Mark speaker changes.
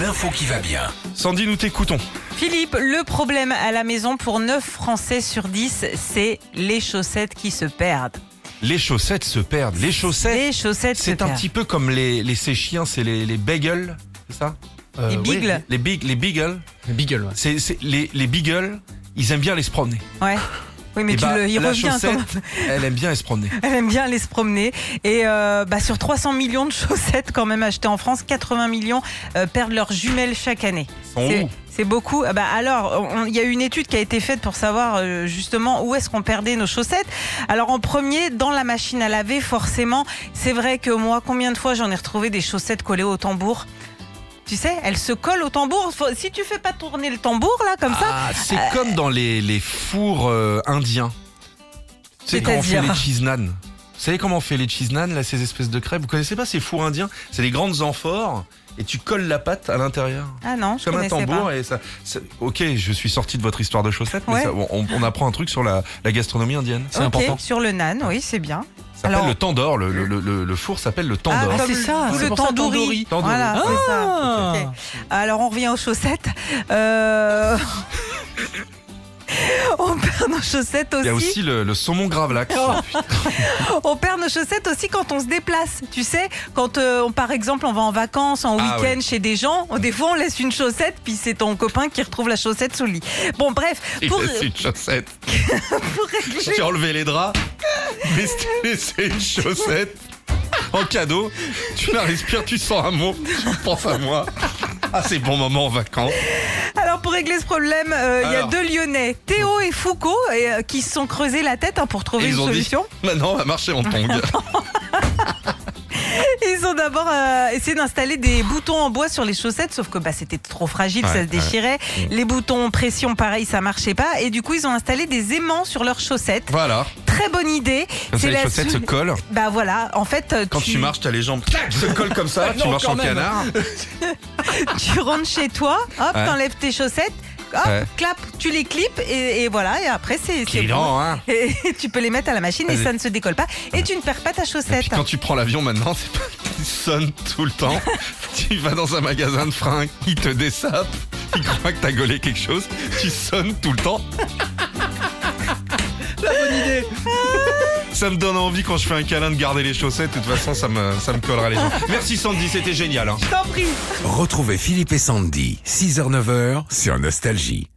Speaker 1: l'info qui va bien.
Speaker 2: Sandy, nous t'écoutons.
Speaker 3: Philippe, le problème à la maison pour 9 Français sur 10, c'est les chaussettes qui se perdent.
Speaker 2: Les chaussettes se perdent. Les chaussettes,
Speaker 3: les chaussettes se
Speaker 2: c'est un
Speaker 3: perdent.
Speaker 2: petit peu comme les, les séchiens, c'est les, les bagels, c'est ça
Speaker 4: oui,
Speaker 3: Les bigles,
Speaker 2: Les, big, les beagles,
Speaker 4: les Beagle, ouais.
Speaker 2: c'est, c'est- les, les beagles, ils aiment bien aller se promener.
Speaker 3: ouais. Oui, mais
Speaker 2: Et
Speaker 3: tu
Speaker 2: bah,
Speaker 3: le, il
Speaker 2: la
Speaker 3: revient quand même.
Speaker 2: chaussette, elle aime bien aller se promener.
Speaker 3: Elle aime bien aller se promener. Et euh, bah, sur 300 millions de chaussettes quand même achetées en France, 80 millions euh, perdent leurs jumelles chaque année.
Speaker 2: Sont
Speaker 3: C'est-
Speaker 2: où
Speaker 3: C'est beaucoup. Ah bah alors, on- il y a eu une étude qui a été faite pour savoir euh, justement où est-ce qu'on perdait nos chaussettes. Alors en premier, dans la machine à laver, forcément, c'est vrai que moi, combien de fois j'en ai retrouvé des chaussettes collées au tambour Tu sais, elles se collent au tambour. Faut- si tu fais pas tourner le tambour là comme ça, Euh.
Speaker 2: Ah, c'est comme dans les, les fours euh, indiens. C'est quand on fait
Speaker 3: C'est-à-dire
Speaker 2: les cheese naan. Vous savez comment on fait les cheese naan, là, ces espèces de crêpes Vous connaissez pas ces fours indiens C'est des grandes amphores et tu colles la pâte à l'intérieur.
Speaker 3: ah non, je
Speaker 2: Comme un
Speaker 3: connaissais
Speaker 2: tambour
Speaker 3: pas.
Speaker 2: et ça. ça- ok, je suis sorti de votre histoire de chaussettes, mais
Speaker 3: Ouais.
Speaker 2: ça- on, on apprend un truc sur la, la gastronomie indienne. C'est
Speaker 3: Ok,
Speaker 2: important.
Speaker 3: sur le nan, oui, c'est bien.
Speaker 2: Ça s'appelle
Speaker 3: Alors-
Speaker 2: le tandoor. Le, le- le- le four s'appelle le tandoor.
Speaker 3: comme
Speaker 4: c'est ça,
Speaker 3: tout
Speaker 4: c'est
Speaker 3: le
Speaker 4: pour ça,
Speaker 3: tandoori.
Speaker 2: tandoori.
Speaker 3: Voilà,
Speaker 2: Tandoori.
Speaker 3: c'est ça.
Speaker 4: Ah.
Speaker 3: Ok. Alors on revient aux chaussettes. Euh, On perd nos chaussettes
Speaker 2: Il y a aussi le, le saumon gravlax.
Speaker 3: Oh. On perd nos chaussettes aussi quand on se déplace. Tu sais, quand euh, on, par exemple on va en vacances, en
Speaker 2: Ah,
Speaker 3: week-end chez des gens, on- des fois on laisse une chaussette, puis c'est ton copain qui retrouve la chaussette sous le lit. Bon, bref,
Speaker 2: Il
Speaker 3: pour,
Speaker 2: laisse une chaussette.
Speaker 3: pour régler.
Speaker 2: J'ai enlevé les draps, mais si tu laissais une chaussette en cadeau, tu la respires, tu sens un mot, tu penses à moi. Ah, c'est bon moment en vacances.
Speaker 3: Alors pour régler ce problème, euh, il y a
Speaker 2: Alors.
Speaker 3: deux Lyonnais, Théo et Foucault, et, euh, qui se sont creusés la tête hein, pour trouver
Speaker 2: Et
Speaker 3: une
Speaker 2: ils ont dit,
Speaker 3: solution.
Speaker 2: maintenant on va marcher en tongue.
Speaker 3: Ils ont d'abord euh, essayé d'installer des boutons en bois sur les chaussettes, sauf que bah, c'était trop fragile,
Speaker 2: Ouais, Mm.
Speaker 3: ça se déchirait. Les boutons pression, pareil, ça marchait pas. Et du coup, ils ont installé des aimants sur leurs chaussettes.
Speaker 2: Voilà,
Speaker 3: Très bonne idée.
Speaker 2: comme ça les
Speaker 3: la
Speaker 2: chaussettes
Speaker 3: seule-
Speaker 2: se collent.
Speaker 3: Bah voilà, en fait, euh,
Speaker 2: Quand tu, marches, t'as les jambes clac, se collent comme
Speaker 3: Ah
Speaker 2: ça, tu
Speaker 4: Non,
Speaker 2: marches
Speaker 4: quand
Speaker 2: en
Speaker 4: même.
Speaker 2: canard.
Speaker 3: tu rentres chez toi, hop,
Speaker 2: Ouais.
Speaker 3: t'enlèves tes chaussettes, hop,
Speaker 2: Ouais.
Speaker 3: clap, tu les clips et, et voilà, et après c'est. c'est bon.
Speaker 2: Client, hein.
Speaker 3: Et tu peux les mettre à la machine et
Speaker 2: Vas-y.
Speaker 3: ça ne se décolle pas. Et tu ne perds pas ta
Speaker 2: Et
Speaker 3: chaussette.
Speaker 2: puis quand tu prends l'avion maintenant, c'est pas il sonne tout le temps. tu vas dans un magasin de fringues, il te dessape, il croit que t'as gaulé quelque chose, tu sonnes tout le temps. La bonne idée Ça me donne envie quand je fais un câlin de garder les chaussettes, de toute façon ça me, ça me collera les jambes. Merci Sandy, c'était génial. hein.
Speaker 3: Je t'en prie.
Speaker 1: Retrouvez Philippe et Sandy, 6h-9h sur Nostalgie.